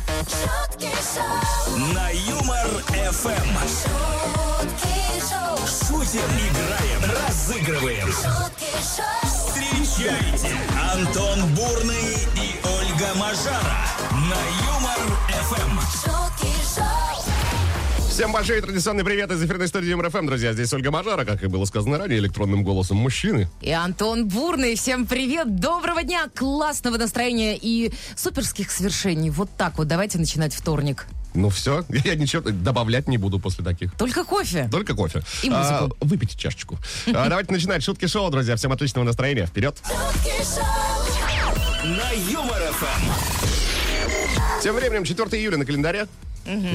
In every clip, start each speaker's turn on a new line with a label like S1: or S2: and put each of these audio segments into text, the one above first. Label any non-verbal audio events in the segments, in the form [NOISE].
S1: Шутки шоу,
S2: На Юмор ФМ.
S1: шутки шоу,
S2: Шутим, играем, разыгрываем.
S1: шутки шоу,
S2: Встречайте Антон Бурный и Ольга Мажара на Юмор Эм. ФМ.
S1: шутки шоу,
S3: Всем большой и традиционный привет из эфирной студии МРФМ, друзья. Здесь Ольга Мажара, как и было сказано ранее, электронным голосом мужчины.
S4: И Антон Бурный. Всем привет, доброго дня, классного настроения и суперских свершений. Вот так вот, давайте начинать вторник.
S3: Ну все, [LAUGHS] я ничего добавлять не буду после таких.
S4: Только кофе.
S3: Только кофе.
S4: И музыку.
S3: А, выпейте
S4: [LAUGHS]
S3: чашечку. А, давайте начинать. Шутки шоу, друзья. Всем отличного настроения. Вперед.
S1: шутки шоу,
S2: На Юмор Эм. ФМ.
S3: Тем временем 4 июля на календаре.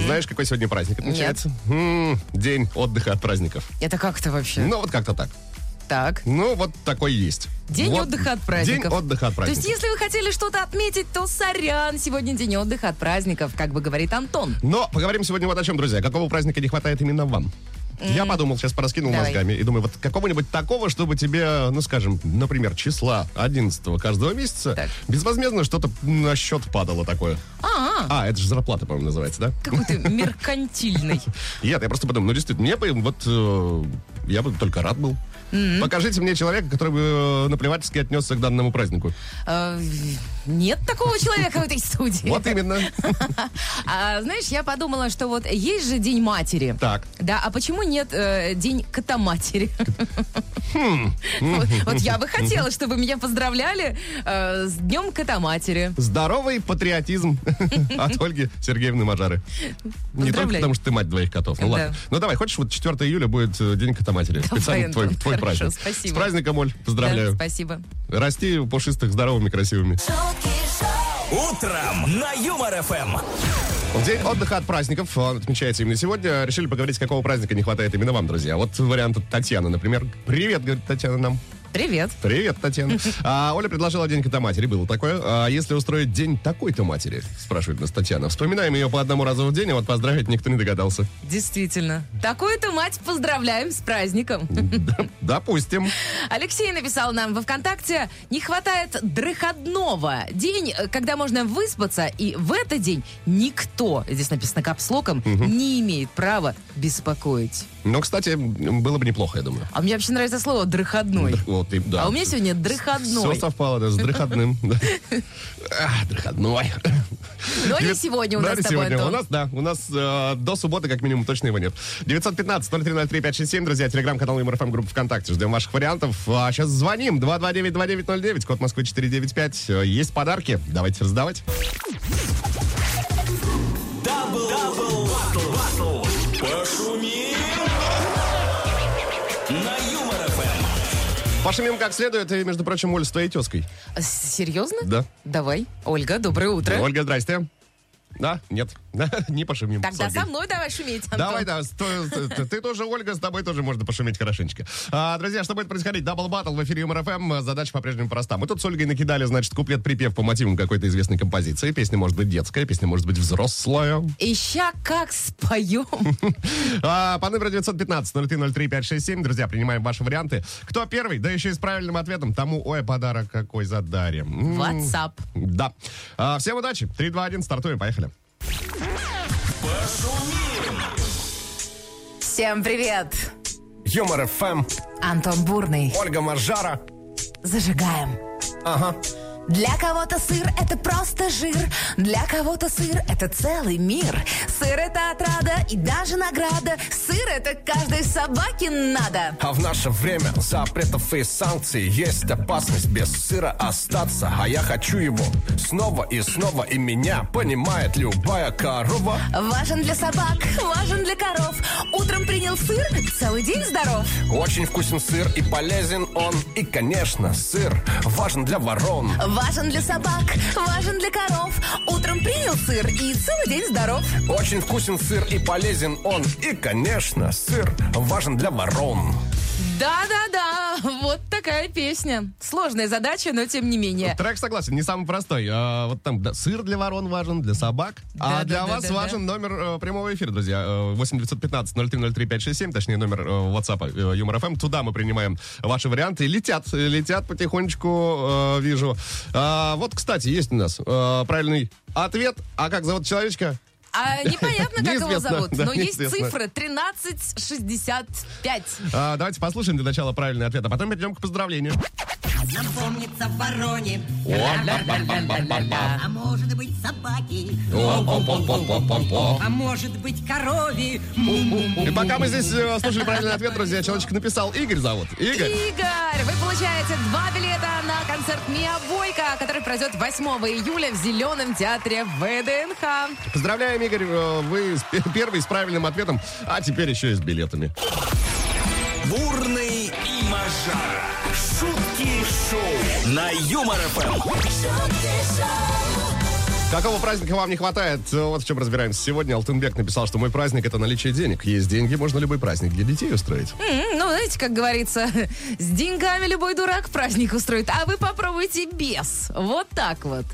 S3: Знаешь, какой сегодня праздник отмечается? М, день отдыха от праздников.
S4: Это как-то вообще?
S3: Ну, вот как-то так.
S4: Так.
S3: Ну, вот такой есть.
S4: День
S3: Вот
S4: отдыха от праздников.
S3: День отдыха от
S4: То есть,
S3: праздников.
S4: если вы хотели что-то отметить, то сорян, сегодня день отдыха от праздников, как бы говорит Антон.
S3: Но поговорим сегодня вот о чем, друзья. Какого праздника не хватает именно вам? Я подумал, сейчас пораскинул
S4: Давай.
S3: мозгами и думаю, вот какого-нибудь такого, чтобы тебе, ну скажем, например, числа 11 каждого месяца
S4: Так.
S3: безвозмездно что-то на счет падало такое.
S4: А,
S3: А, это же зарплата, по-моему, называется, да? [LAUGHS]
S4: какой ты меркантильный.
S3: Нет, я просто подумал, ну действительно, мне бы вот, э, я бы только рад был. Покажите мне человека, который бы э, наплевательски отнесся к данному празднику.
S4: Э, Нет такого человека в этой студии.
S3: Вот именно.
S4: [LAUGHS] А, знаешь, я подумала, что вот есть же День матери.
S3: Так.
S4: Да, а почему нет э, День котоматери?
S3: Хм.
S4: Вот вот я бы хотела, чтобы меня поздравляли э, с Днем котоматери.
S3: Здоровый патриотизм [LAUGHS] от Ольги Сергеевны Мажары. Не только
S4: Поздравляю.
S3: потому, что ты мать двоих котов. Ну
S4: Да.
S3: ладно. Ну давай, хочешь, вот 4 июля будет э, День Котоматери. Специально твой,
S4: Антон,
S3: твой
S4: хорошо,
S3: праздник.
S4: спасибо.
S3: С праздником, Оль,
S4: Да,
S3: поздравляю.
S4: Спасибо.
S3: Расти пушистых, здоровыми, красивыми.
S1: шутки шоу,
S2: Утром на Юмор Эм. ФМ.
S3: День отдыха от праздников э, он отмечается именно сегодня. Решили поговорить, какого праздника не хватает именно вам, друзья. Вот вариант от Татьяны, например. Привет, говорит Татьяна нам.
S4: Привет.
S3: Привет, Татьяна. А, Оля предложила день котоматери, было такое. А если устроить день такой-то матери, спрашивает нас Татьяна. Вспоминаем ее по одному разу в день, а вот поздравить никто не догадался.
S4: Действительно. Такую-то мать поздравляем с праздником.
S3: Д- Допустим.
S4: Алексей написал нам во ВКонтакте, не хватает дрыходного. День, э, когда можно выспаться, и в этот день никто, здесь написано капслоком, не имеет права беспокоить.
S3: Но, кстати, м, было бы неплохо, я думаю.
S4: А мне вообще нравится слово «дрыходной».
S3: Вот, и, да.
S4: А у меня сегодня дрыходной.
S3: Все совпало, да, с дрыходным. да. А, Дрыходной.
S4: Но не
S3: Девят-
S4: сегодня у
S3: Да,
S4: нас
S3: не
S4: с тобой,
S3: сегодня.
S4: Антон.
S3: У нас, да, у нас э, до субботы, как минимум, точно его нет. 915-0303-567, друзья, телеграм-канал МРФМ, группа ВКонтакте. Ждем ваших вариантов. А сейчас звоним. 229-2909, код Москвы 495. Э, Есть подарки, давайте раздавать.
S2: Дабл, дабл, батл, батл. Пошумим. На Юмор Эм. ФМ.
S3: Пошумим как следует, и, между прочим, Оль с твоей тезкой.
S4: А, с- Серьезно?
S3: Да.
S4: Давай. Ольга, доброе утро.
S3: Ольга, здрасте. Да, нет, [LAUGHS] не пошумим. с
S4: Тогда
S3: Ольгой.
S4: со мной давай шуметь, [LAUGHS] Антон.
S3: Давай, да, сто- т- т- ты тоже, Ольга, с тобой тоже можно пошуметь хорошенечко. А, друзья, что будет происходить? Дабл батл в эфире МРФМ. Задача по-прежнему проста. Мы тут с Ольгой накидали, значит, куплет-припев по мотивам какой-то известной композиции. Песня может быть детская, песня может быть взрослая. [LAUGHS]
S4: Ища как споем.
S3: А, по номеру 915-0303-567, друзья, принимаем ваши варианты. Кто первый? Да еще и с правильным ответом. Тому, ой, подарок какой задарим. М,
S4: WhatsApp.
S3: Да. А, всем удачи. 3-2-1, стартуем, поехали.
S4: Всем привет.
S5: Юмор ФМ,
S4: Антон Бурный.
S5: Ольга Маржара.
S4: Зажигаем.
S5: Ага.
S4: Для кого-то сыр – это просто жир, для кого-то сыр – это целый мир. Сыр – это отрада и даже награда, сыр – это каждой собаке надо.
S5: А в наше время запретов и санкций есть опасность без сыра остаться. А я хочу его снова и снова. И меня понимает любая корова.
S4: Важен для собак, важен для коров. Утром принял сыр, целый день здоров.
S5: Очень вкусен сыр и полезен он. И, конечно, сыр важен для ворон.
S4: Важен для собак, важен для коров. Утром принял сыр и целый день здоров.
S5: Очень вкусен сыр и полезен он. И, конечно, сыр важен для ворон.
S4: Да-да-да, вот такая песня. Сложная задача, но тем не менее.
S3: Трек согласен, не самый простой. А, вот там да, сыр для ворон важен, для собак.
S4: Да,
S3: а
S4: да,
S3: для
S4: да,
S3: вас
S4: да,
S3: важен номер э, прямого эфира, друзья. Э, 8-915-0303-567, точнее номер э, WhatsApp э, Юмор ФМ. Туда мы принимаем ваши варианты. Летят, э, летят потихонечку, э, вижу. А, вот, кстати, есть у нас э, правильный ответ. А как зовут человечка?
S4: А непонятно, как его
S3: Неизвестно,
S4: зовут,
S3: да,
S4: но есть
S3: неизвестно.
S4: цифра 1365.
S3: А, давайте послушаем для начала правильный ответ, а потом перейдем к поздравлению.
S6: Нам помнится в вороне,
S4: Да.
S6: а может быть собаки, а может быть корови.
S3: И пока мы здесь э, слушали правильный ответ, друзья, человечек написал. Игорь зовут. Игорь.
S4: Игорь, вы получаете два билета на концерт Мия Бойко, который пройдет 8 июля в Зеленом театре ВДНХ.
S3: Поздравляем, Игорь, э, вы с пе- первый с правильным ответом, а теперь еще и с билетами.
S2: Бурный и Мажара. Шутки шоу на Юмор Эм. ФМ.
S1: шутки шоу,
S3: Какого праздника вам не хватает? Э, Вот в чем разбираемся. Сегодня Алтынбек написал, что мой праздник – это наличие денег. Есть деньги, можно любой праздник для детей устроить.
S4: М, Ну, знаете, как говорится, [LAUGHS] с деньгами любой дурак праздник устроит, а вы попробуйте без. Вот так вот.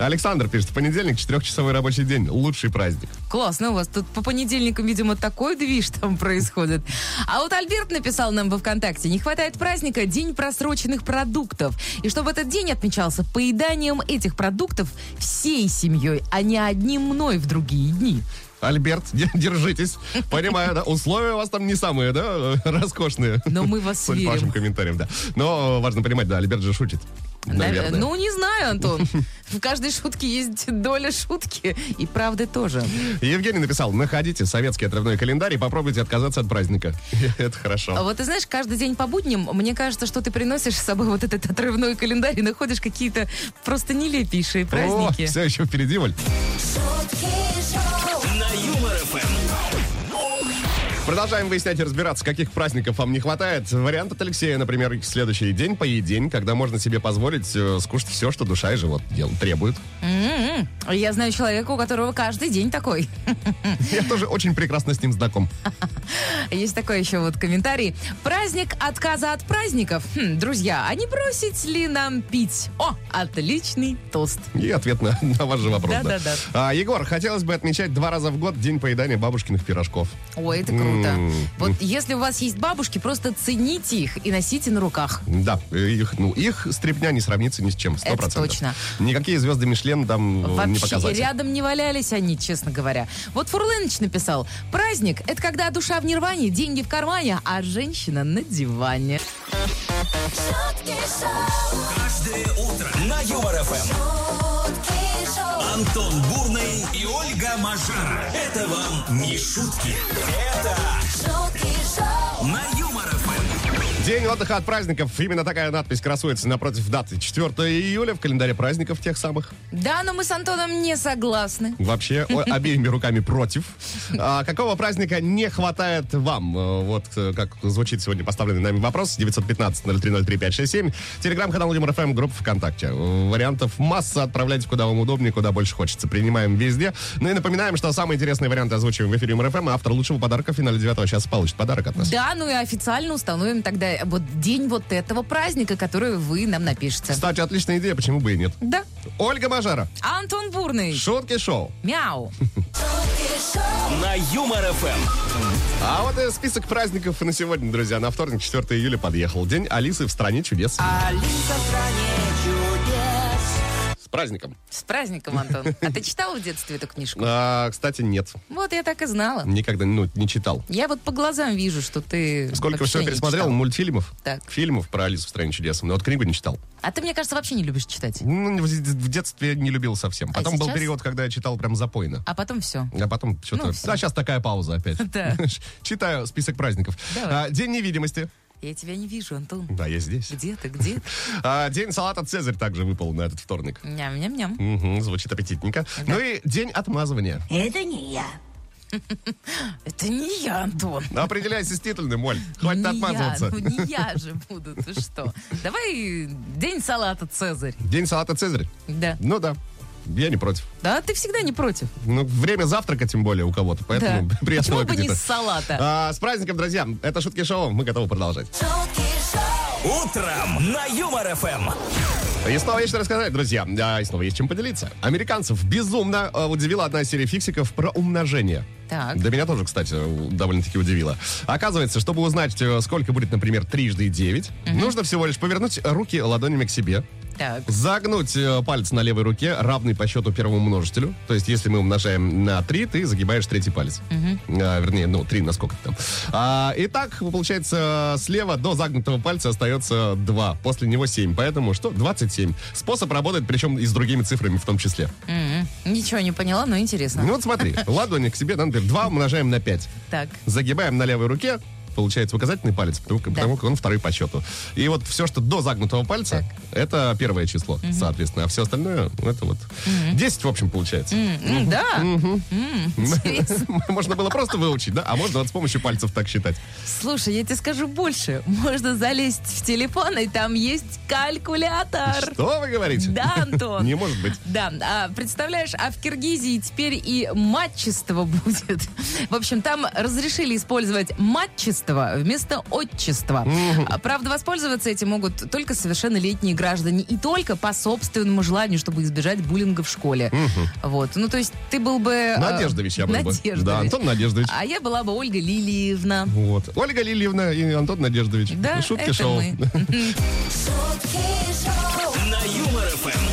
S3: Александр пишет, в понедельник четырехчасовой рабочий день – лучший праздник.
S4: Классно ну, у вас тут по понедельникам, видимо, такой движ [LAUGHS] там происходит. А вот Альберт написал нам во ВКонтакте, не хватает праздника День просроченных продуктов. И чтобы этот день отмечался поеданием этих продуктов всей семьей, а не одним мной в другие дни.
S3: Альберт, [LAUGHS] де- держитесь. Понимаю, да, условия у вас там не самые, да, [LAUGHS] э, роскошные.
S4: Но мы вас
S3: Судя по
S4: верим.
S3: вашим комментариям, да. Но э, важно понимать, да, Альберт же шутит. Наверное.
S4: Ну, не знаю, Антон. В каждой шутке есть доля шутки и правды тоже.
S3: Евгений написал, находите советский отрывной календарь и попробуйте отказаться от праздника. [LAUGHS] Это
S4: А
S3: хорошо.
S4: Вот ты знаешь, каждый день по будням, мне кажется, что ты приносишь с собой вот этот отрывной календарь и находишь какие-то просто нелепейшие праздники.
S3: все еще впереди, Валь.
S1: шутки шоу,
S2: На Юмор Эм. ФМ.
S3: Продолжаем выяснять и разбираться, каких праздников вам не хватает. Вариант от Алексея, например, следующий день поедень, когда можно себе позволить э, скушать все, что душа и живот дел- требует.
S4: М-м. Я знаю человека, у которого каждый день такой.
S3: Я тоже очень прекрасно с ним знаком.
S4: Есть такой еще вот комментарий. Праздник отказа от праздников. Хм, друзья, а не бросить ли нам пить? О, отличный тост.
S3: И ответ на, на ваш же вопрос.
S4: Да-да-да.
S3: А, Егор, хотелось бы отмечать два раза в год день поедания бабушкиных пирожков.
S4: Ой, это круто. Вот если у вас есть бабушки, просто цените их и носите на руках.
S3: Да, э, их, ну, их стрипня не сравнится ни с чем, 100%.
S4: Это точно.
S3: Никакие звезды Мишлен там э, не
S4: Вообще,
S3: показать.
S4: рядом не валялись они, честно говоря. Вот Фурлыныч написал, праздник – это когда душа в нирване, деньги в кармане, а женщина на диване.
S1: шутки шоу,
S2: Каждое утро на Юмор Эм. ФМ.
S1: шутки шоу,
S2: Антон Бурный и Ольга Мажара. Это вам не шутки. Это
S1: шутки шоу,
S2: на Юмор ФМ.
S3: День отдыха от праздников. Именно такая надпись красуется напротив даты 4 июля в календаре праздников тех самых.
S4: Да, но мы с Антоном не согласны.
S3: Вообще о- обеими руками против. А какого праздника не хватает вам? Э, Вот э, как звучит сегодня поставленный нами вопрос. 915-0303-567. Телеграм-канал Юмор ФМ, группа ВКонтакте. Э, Вариантов масса. Отправляйте куда вам удобнее, куда больше хочется. Принимаем везде. Ну и напоминаем, что самые интересные варианты озвучиваем в эфире Юмор ФМ. а Автор лучшего подарка в финале 9 часа получит подарок от нас.
S4: Да, ну и официально установим тогда вот день вот этого праздника, который вы нам напишете.
S3: Кстати, отличная идея, почему бы и нет.
S4: Да. А
S3: Ольга Мажара,
S4: Антон Бурный.
S3: шутки шоу.
S4: Мяу.
S1: шутки шоу,
S2: На Юмор ФМ.
S3: А вот и список праздников на сегодня, друзья. На вторник, 4 июля подъехал. День Алисы в стране чудес. С праздником.
S4: С праздником, Антон. А ты читал в детстве эту книжку?
S3: А, кстати, нет.
S4: Вот я так и знала.
S3: Никогда ну, не читал.
S4: Я вот по глазам вижу, что ты
S3: Сколько
S4: вообще
S3: всего
S4: не
S3: пересмотрел,
S4: читал.
S3: мультфильмов,
S4: Так.
S3: фильмов про Алису в стране чудес, но вот книгу не читал.
S4: А ты, мне кажется, вообще не любишь читать.
S3: Ну, в, в детстве не любил совсем. Потом был
S4: А сейчас?
S3: период, когда я читал прям запойно.
S4: А потом все.
S3: А потом что-то...
S4: Ну, всё.
S3: а сейчас такая пауза опять.
S4: [LAUGHS] Да.
S3: Читаю список праздников.
S4: Давай.
S3: А, День невидимости.
S4: Я тебя не вижу, Антон.
S3: Да, я здесь.
S4: Где ты, где ты?
S3: А, День салата Цезарь также выпал на этот вторник.
S4: Ням-ням-ням.
S3: Мгм, звучит аппетитненько. Ну и день отмазывания.
S6: Это не я.
S4: Это не я, Антон.
S3: Ну, Определяйся с титульным, Оль. Хватит
S4: не
S3: отмазываться.
S4: Я, ну не я же буду, ты что? Давай день салата Цезарь.
S3: День салата Цезарь.
S4: Да.
S3: Ну да. Я не против.
S4: Да, ты всегда не против.
S3: Ну, время завтрака, тем более, у кого-то, поэтому
S4: Да.
S3: [LAUGHS] приятного
S4: Почему бы не
S3: аппетита.
S4: с салата?
S3: А, с праздником, друзья. Это «Шутки шоу». Мы готовы продолжать.
S1: шутки шоу,
S2: Утром на Юмор ФМ.
S3: И снова есть что рассказать, друзья. А, и снова есть чем поделиться. Американцев безумно э, удивила одна серия фиксиков про умножение.
S4: Так.
S3: Да меня тоже, кстати, у- довольно-таки удивило. Оказывается, чтобы узнать, э, сколько будет, например, трижды 9, нужно всего лишь повернуть руки ладонями к себе,
S4: Так.
S3: загнуть э, палец на левой руке, равный по счету первому множителю. То есть, если мы умножаем на 3, ты загибаешь третий палец. А, вернее, ну, 3 на сколько там. А, и так, получается, слева до загнутого пальца остается 2, после него 7. Поэтому что? 27. Способ работает, причем и с другими цифрами в том числе.
S4: М, Ничего не поняла, но интересно.
S3: Ну вот смотри, ладони к себе, да, например, 2 умножаем на 5.
S4: Так.
S3: Загибаем на левой руке, получается указательный палец, потому, как-
S4: Да.
S3: потому как он второй по счету. И вот все, что до загнутого пальца, это первое число, соответственно. А все остальное, ну, это вот 10, в общем, получается.
S4: М, ну Да. М,
S3: [LAUGHS]
S4: Интересно.
S3: Можно было просто выучить, да? А можно вот с помощью пальцев так считать.
S4: Слушай, я тебе скажу больше. Можно залезть в телефон, и там есть калькулятор.
S3: Что вы говорите?
S4: Да, Антон.
S3: Не может быть.
S4: [LAUGHS] Да, а, представляешь, а в Киргизии теперь и матчество будет. В общем, там разрешили использовать матчество вместо отчества. А, Правда, воспользоваться этим могут только совершеннолетние граждане и только по собственному желанию, чтобы избежать буллинга в школе. Вот, ну то есть ты был бы... э,
S3: Надеждович я был бы.
S4: Надеждович.
S3: Да, Антон Надеждович.
S4: А я была бы Ольга Лилиевна.
S3: Вот. Ольга Лильевна и Антон Надеждович.
S4: Да,
S3: Шутки
S4: это
S3: шоу.
S4: мы.
S1: шутки шоу,
S2: На Юмор ФМ.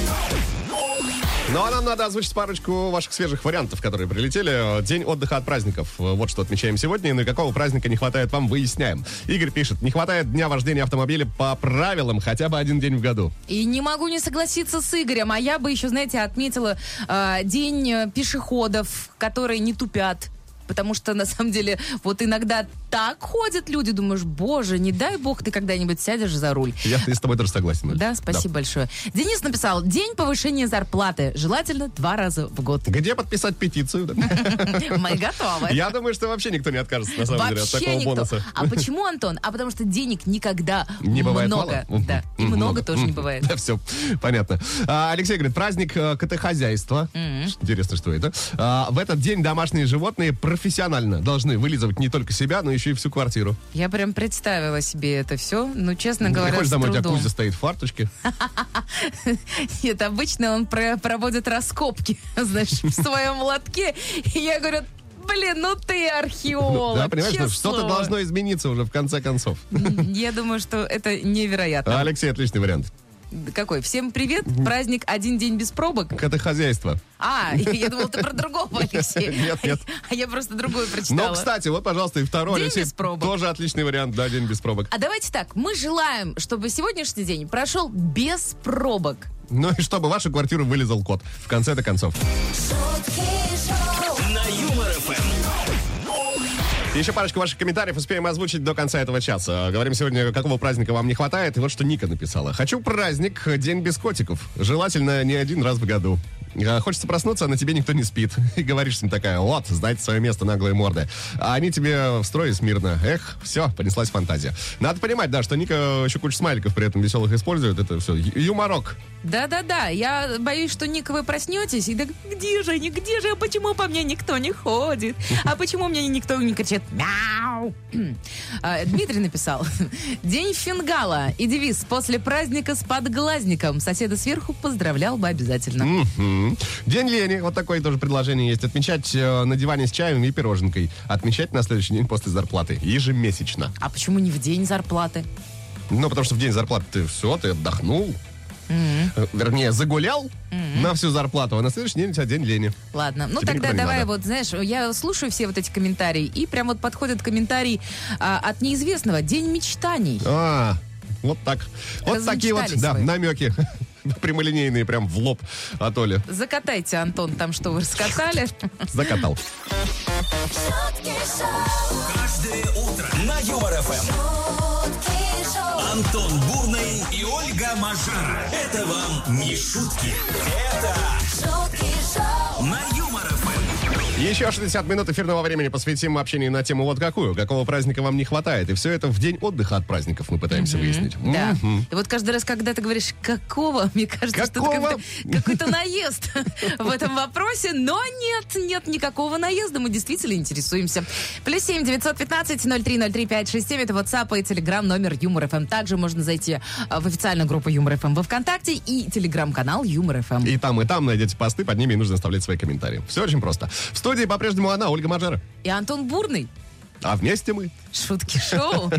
S3: Ну а нам надо озвучить парочку ваших свежих вариантов, которые прилетели. День отдыха от праздников. Вот что отмечаем сегодня. Ну И на какого праздника не хватает вам, выясняем. Игорь пишет, не хватает дня вождения автомобиля по правилам хотя бы один день в году.
S4: И не могу не согласиться с Игорем, а я бы еще, знаете, отметила э, день э, пешеходов, которые не тупят. Потому что, на самом деле, вот иногда так ходят люди, думаешь, боже, не дай бог ты когда-нибудь сядешь за руль.
S3: Я с тобой тоже согласен. Оль.
S4: Да, спасибо большое. Денис написал, день повышения зарплаты, желательно два раза
S3: [LAUGHS]
S4: в год.
S3: Да. Где подписать
S4: [LAUGHS]
S3: петицию?
S4: Мы готовы.
S3: Я думаю, что вообще никто не откажется, на самом деле, от
S4: Вообще
S3: такого
S4: никто.
S3: бонуса.
S4: А почему, Антон? А потому что денег никогда
S3: Не бывает
S4: много.
S3: мало?
S4: Да. И
S3: М,
S4: много, тоже не бывает.
S3: Да, все, понятно. А, Алексей говорит, праздник э, КТ-хозяйства. Интересно, что это. А, в этот день домашние животные профессионально должны вылизывать не только себя, но еще и всю квартиру.
S4: Я прям представила себе это все. Ну, честно говоря,
S3: Приходишь
S4: с
S3: домой, у тебя
S4: трудом.
S3: Кузя стоит в фарточке.
S4: [LAUGHS] Нет, обычно он про- проводит раскопки, [LAUGHS] знаешь, в своем лотке. И я говорю, блин, ну ты археолог.
S3: Да, понимаешь, ну,
S4: честное
S3: что-то
S4: слово».
S3: должно измениться уже в конце концов. А,
S4: Я думаю, что это невероятно.
S3: Алексей, отличный вариант. А?
S4: Какой? Всем привет, праздник «Один день без пробок».
S3: КТ-хозяйство.
S4: А, [LAUGHS] я думала, ты про другого, Алексей.
S3: [LAUGHS] Нет, нет.
S4: [LAUGHS] А я просто другую прочитала.
S3: Ну, кстати, вот, пожалуйста, и второй.
S4: День
S3: Алексей,
S4: без пробок.
S3: Тоже отличный вариант, да, день без пробок.
S4: А давайте так, мы желаем, чтобы сегодняшний день прошел без пробок.
S3: Ну и чтобы вашу квартиру вылезал кот. В конце-то концов.
S1: шутки шоу,
S2: На Юмор ФМ.
S3: Еще парочку ваших комментариев успеем озвучить до конца этого часа. Говорим сегодня, какого праздника вам не хватает. И вот что Ника написала. Хочу праздник, день без котиков. Желательно не один раз в году. А, Хочется проснуться, а на тебе никто не спит. [LAUGHS] И говоришь с ним такая, вот, знаете свое место, наглые морды. А они тебе в строе смирно. Эх, все, понеслась фантазия. Надо понимать, да, что Ника еще кучу смайликов при этом веселых использует. Это все юморок.
S4: Да-да-да, я боюсь, что Ник, вы проснетесь, и да где же они, где же, а почему по мне никто не ходит? А почему мне никто не кричит «мяу»? А, Дмитрий написал. [LAUGHS] День фингала и девиз «После праздника с подглазником». Соседа сверху поздравлял бы обязательно.
S3: Мгм. День лени. Вот такое тоже предложение есть. Отмечать э, на диване с чаем и пироженкой. Отмечать на следующий день после зарплаты. Ежемесячно.
S4: А почему не в день зарплаты?
S3: Ну, потому что в день зарплаты ты все, ты отдохнул. Э, Вернее, загулял на всю зарплату, а на следующий день у тебя день лени.
S4: Ладно, ну
S3: Тебе
S4: тогда
S3: никто не
S4: давай
S3: надо.
S4: вот, знаешь, я слушаю все вот эти комментарии, и прям вот подходит комментарий а, от неизвестного «День мечтаний».
S3: А, вот так. Вот такие вот
S4: Размечтались
S3: да,
S4: вы.
S3: намеки. [LAUGHS] Прямолинейные, прям в лоб от Оли.
S4: Закатайте, Антон, там что вы раскатали.
S3: Закатал.
S1: шутки шоу,
S2: Каждое утро на Юмор ФМ.
S1: шутки шоу,
S2: Антон Бурный и Ольга Мажара. Это вам не шутки. Это
S1: шутки шоу,
S2: на Юмор ФМ.
S3: Еще 60 минут эфирного времени посвятим общению на тему вот какую. Какого праздника вам не хватает? И все это в день отдыха от праздников мы пытаемся выяснить.
S4: Да.
S3: Мгм.
S4: И вот каждый раз, когда ты говоришь, какого, [LAUGHS] мне кажется, что
S3: Какого?
S4: это как-то- какой-то наезд [LAUGHS] в этом вопросе. Но нет, нет никакого наезда. Мы действительно интересуемся. Плюс семь девятьсот пятнадцать ноль три ноль три пять шесть семь. Это WhatsApp и Telegram номер Юмор ФМ. Также можно зайти э, в официальную группу Юмор ФМ во ВКонтакте и Телеграм-канал Юмор ФМ.
S3: И там, и там найдете посты, под ними и нужно оставлять свои комментарии. Все очень просто. В студии по-прежнему она, Ольга Мажара.
S4: И Антон Бурный.
S3: А вместе мы.
S4: Шутки
S3: [LAUGHS]
S4: шоу.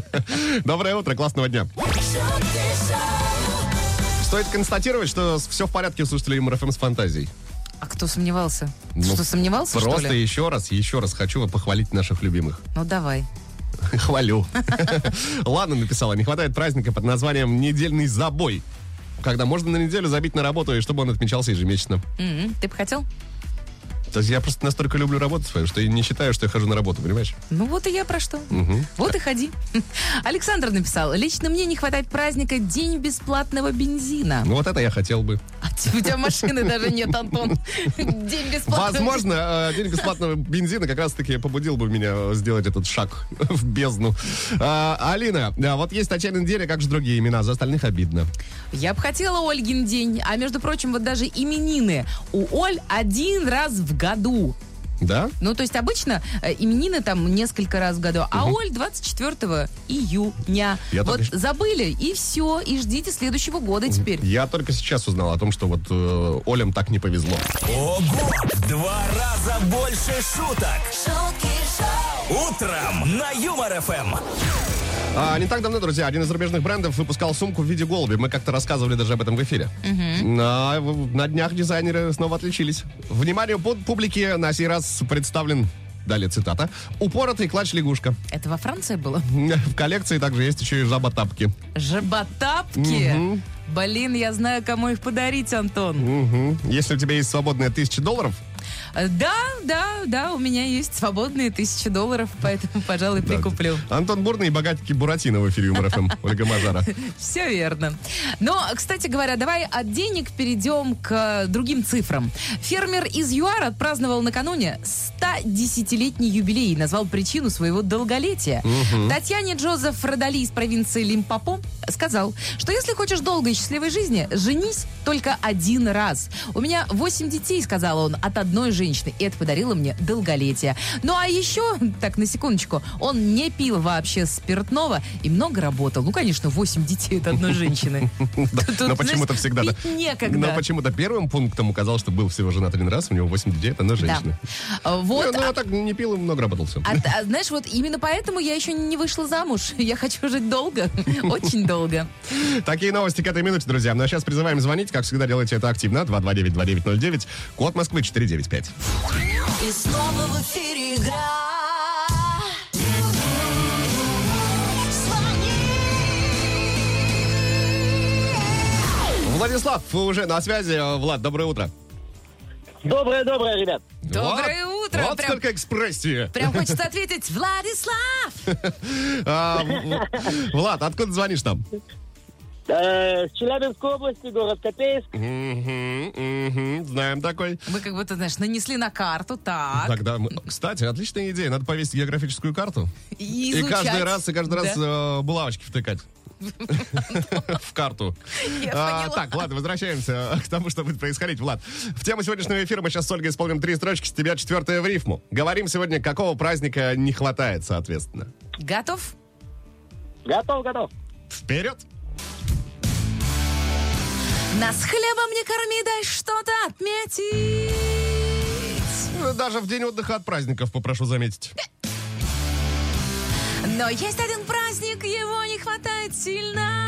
S3: Доброе утро, классного дня.
S1: шутки шоу,
S3: Стоит констатировать, что все в порядке у слушателей МРФМ с фантазией.
S4: А кто сомневался?
S3: Ну,
S4: Что, сомневался, что
S3: Просто
S4: ли?
S3: еще раз, еще раз хочу похвалить наших любимых. [LAUGHS]
S4: Ну, давай. [LAUGHS]
S3: Хвалю. Ладно, написала, не хватает праздника под названием «Недельный забой», когда можно на неделю забить на работу, и чтобы он отмечался ежемесячно.
S4: М, М-м. Ты бы хотел?
S3: То есть я просто настолько люблю работу свою, что я не считаю, что я хожу на работу, понимаешь?
S4: Ну вот и я про что. Вот и ходи. Александр написал, лично мне не хватает праздника День бесплатного бензина.
S3: Ну вот это я хотел бы.
S4: А у тебя машины даже нет, Антон. День бесплатного бензина.
S3: Возможно, э, день бесплатного бензина как раз-таки побудил бы меня э, сделать этот шаг [LAUGHS] в бездну. А, Алина, да, вот есть начальная неделя, как же другие имена, за остальных обидно.
S4: Я бы хотела Ольгин день, а между прочим, вот даже именины у Оль один раз в году.
S3: Да?
S4: Ну, то есть обычно э, именины там несколько раз в году, а Оль 24 июня.
S3: Я
S4: вот
S3: только-
S4: забыли, и все, и ждите следующего года теперь.
S3: Я только сейчас узнал о том, что вот э, Олям так не повезло.
S2: Ого! В Два раза больше шуток.
S1: шутки шоу,
S2: Утром на Юмор ФМ.
S3: А, не так давно, друзья, один из зарубежных брендов выпускал сумку в виде голуби. Мы как-то рассказывали даже об этом в эфире. А, в- на днях дизайнеры снова отличились. Вниманию пу- публике на сей раз представлен, далее цитата, «Упоротый клатч-лягушка».
S4: Это во Франции было?
S3: [LAUGHS] В коллекции также есть еще и жаба-тапки.
S4: Жаботапки? Блин, я знаю, кому их подарить, Антон.
S3: Мгм. Если у тебя есть свободные тысячи долларов,
S4: Э, Да, да, да, у меня есть свободные тысячи долларов, [LAUGHS] поэтому, пожалуй, прикуплю.
S3: Антон Бурный и богатики Буратино в эфире Юмор
S4: [LAUGHS]
S3: ФМ. Ольга Мазара.
S4: Все верно. Но, кстати говоря, давай от денег перейдем к э, другим цифрам. Фермер из ЮАР отпраздновал накануне 110-летний юбилей и назвал причину своего долголетия. Татьяне Джозеф Родали из провинции Лимпопо сказал, что если хочешь долгой и счастливой жизни, женись только один раз. У меня 8 детей, сказал он, от одной женщины, и это подарило мне долголетие. Ну а еще, так, на секундочку, он не пил вообще спиртного и много работал. Ну, конечно, 8 детей от
S3: [LAUGHS]
S4: одной женщины. Тут,
S3: Но
S4: знаешь,
S3: почему-то всегда... да.
S4: пить некогда.
S3: Но почему-то первым пунктом указал, что был всего женат один раз, у него 8 детей, это одна
S4: Да.
S3: женщина.
S4: А, Вот,
S3: Ну,
S4: а-
S3: а так не пил и много работал все.
S4: а- а знаешь, вот именно поэтому я еще не вышла замуж. [LAUGHS] Я хочу жить долго, [LAUGHS] очень долго.
S3: Такие новости к этой минуте, друзья. Ну а сейчас призываем звонить. Как всегда, делайте это активно. 229-2909. Код Москвы 495.
S1: и снова в эфире игра. Звони.
S3: Владислав уже на связи. Влад, доброе утро.
S7: Доброе-доброе, ребят.
S4: Доброе
S3: Вот-
S4: утро,
S3: Вот
S4: прям-
S3: сколько экспрессии.
S4: Прям хочется ответить, Владислав!
S3: А, в- Влад, откуда звонишь нам?
S7: Э, С Челябинской области, город Копейск.
S3: Мгм, мгм, Знаем такой.
S4: Мы как будто, знаешь, нанесли на карту, так,
S3: Тогда, мы- кстати, отличная идея. Надо повесить географическую карту.
S4: и
S3: И
S4: изучать.
S3: каждый раз, и каждый раз
S4: Да.
S3: э, булавочки
S4: [LAUGHS]
S3: втыкать. В карту.
S4: Я
S3: А,
S4: поняла.
S3: Так, ладно, возвращаемся э, к тому, что будет происходить, Влад. В тему сегодняшнего эфира мы сейчас с Ольгой исполним три строчки, с тебя четвертая в рифму. Говорим сегодня, какого праздника не хватает, соответственно.
S4: Готов?
S7: Готов, готов.
S3: Вперед!
S4: Нас хлебом не корми, дай что-то отметить.
S3: Ну, Даже в день отдыха от праздников, попрошу заметить.
S4: Но есть один праздник, его не хватает сильно.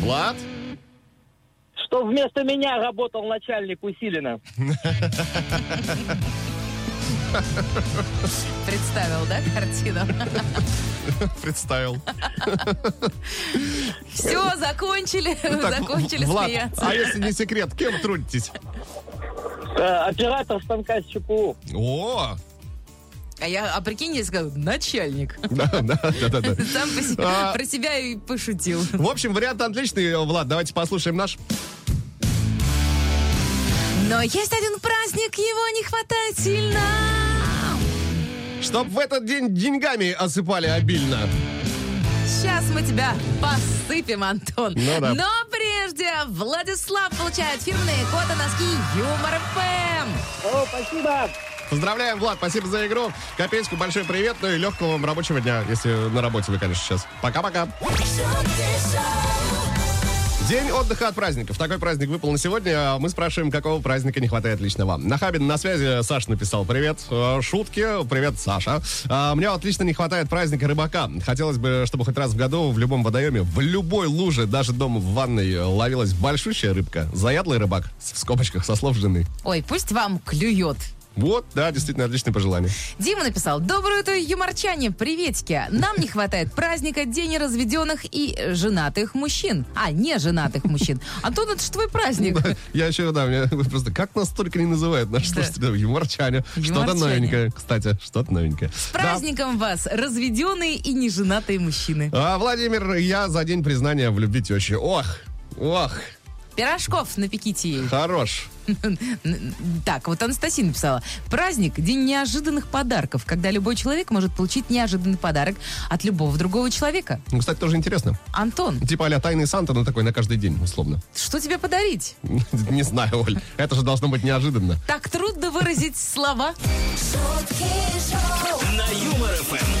S3: Влад?
S7: Что вместо меня работал начальник усиленно.
S4: Представил, да,
S3: [LAUGHS]
S4: картину?
S3: Представил.
S4: Все, закончили,
S3: Ну Так,
S4: закончили
S3: В- Влад,
S4: смеяться.
S3: а если не секрет, кем трудитесь?
S7: Э, Оператор станка с ЧПУ.
S3: О,
S4: А я, а прикинь, я сказал,
S3: [LAUGHS]
S4: начальник.
S3: да, да, да, да, да.
S4: Сам по себе-
S3: А.
S4: про себя и пошутил.
S3: В общем, вариант отличный, Влад. Давайте послушаем наш.
S4: Но есть один праздник, праздник его не хватает сильно.
S3: Чтоб в этот день деньгами осыпали обильно.
S4: Сейчас мы тебя посыпем, Антон.
S3: Ну да.
S4: Но прежде Владислав получает фирменные кота-носки Юмор ФМ.
S7: О, спасибо.
S3: Поздравляем, Влад, спасибо за игру. Копейску большой привет, ну и легкого вам рабочего дня, если на работе вы, конечно, сейчас. Пока-пока.
S1: шутки шоу,
S3: День отдыха от праздников. Такой праздник выпал на сегодня. а Мы спрашиваем, какого праздника не хватает лично вам. Нахабин на связи. Саша написал привет. Э, Шутки. Привет, Саша. А, Мне отлично не хватает праздника рыбака. Хотелось бы, чтобы хоть раз в году в любом водоеме, в любой луже, даже дома в ванной э, ловилась большущая рыбка. Заядлый рыбак. С- В скобочках, со слов жены.
S4: Ой, пусть вам клюет.
S3: Вот, да, действительно, отличное пожелание. [LAUGHS]
S4: Дима написал, доброе утро, юморчане, приветики. Нам не хватает праздника День разведенных и э, женатых мужчин. А, не женатых мужчин. Антон, это ж твой праздник.
S3: Я еще, да, мне [LAUGHS] просто как нас только не называют наши
S4: Да.
S3: слушатели. Юморчане. Что-то
S4: Юморчане.
S3: новенькое, кстати, что-то новенькое.
S4: С
S3: Да.
S4: праздником вас, разведенные и неженатые мужчины.
S3: А, Владимир, я за день признания в любви тещи. Ох, ох,
S4: Пирожков напеките ей.
S3: хорош.
S4: Так, вот Анастасия написала. Праздник – день неожиданных подарков, когда любой человек может получить неожиданный подарок от любого другого человека.
S3: Ну, кстати, тоже интересно.
S4: Антон,
S3: Типа а тайный Санта, но такой на каждый день, условно. [LAUGHS]
S4: что тебе подарить?
S3: Не знаю, Оль, это же должно быть неожиданно.
S4: Так трудно выразить слова.
S1: шутки шоу,
S2: На Юмор ФМ.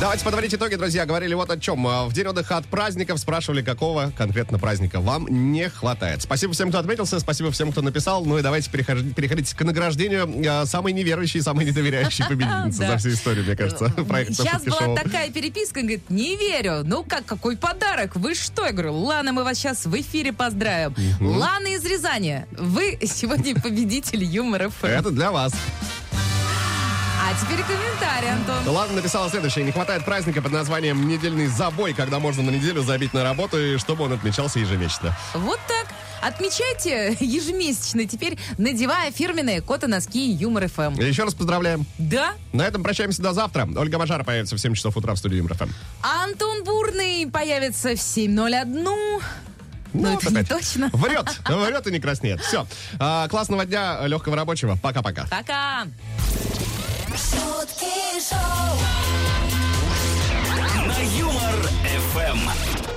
S3: Давайте подводить итоги, друзья. Говорили вот о чем. А, В день отдыха от праздников спрашивали, какого конкретно праздника вам не хватает. Спасибо всем, кто отметился, спасибо всем, кто написал. Ну и давайте перехожи- переходить к награждению а, самой неверующей, самой
S4: [LAUGHS]
S3: недоверяющей победительницы
S4: Да.
S3: за всю историю, мне кажется. проекта
S4: Сейчас
S3: «Шутки
S4: была
S3: шоу».
S4: такая переписка, он говорит, не верю. Ну как, какой подарок? Вы что? Я говорю, Лана, мы вас сейчас в эфире поздравим. Лана из Рязани, вы сегодня победитель юмора ФМ.
S3: Это для вас.
S4: А теперь комментарий, Антон.
S3: Ладно, написала следующее. Не хватает праздника под названием «Недельный забой», когда можно на неделю забить на работу, и чтобы он отмечался ежемесячно.
S4: Вот так. Отмечайте [LAUGHS] ежемесячно теперь, надевая фирменные кота-носки Юмор ФМ.
S3: И еще раз поздравляем.
S4: Да?
S3: На этом прощаемся до завтра. Ольга Мажара появится в 7 часов утра в студии МРФМ.
S4: А Антон Бурный появится в 7.01. Ну, это не точно.
S3: Врет, врет и не краснеет. Все. классного дня, легкого рабочего. Пока-пока.
S4: Пока.
S1: шутки шоу.
S2: На Юмор ФМ.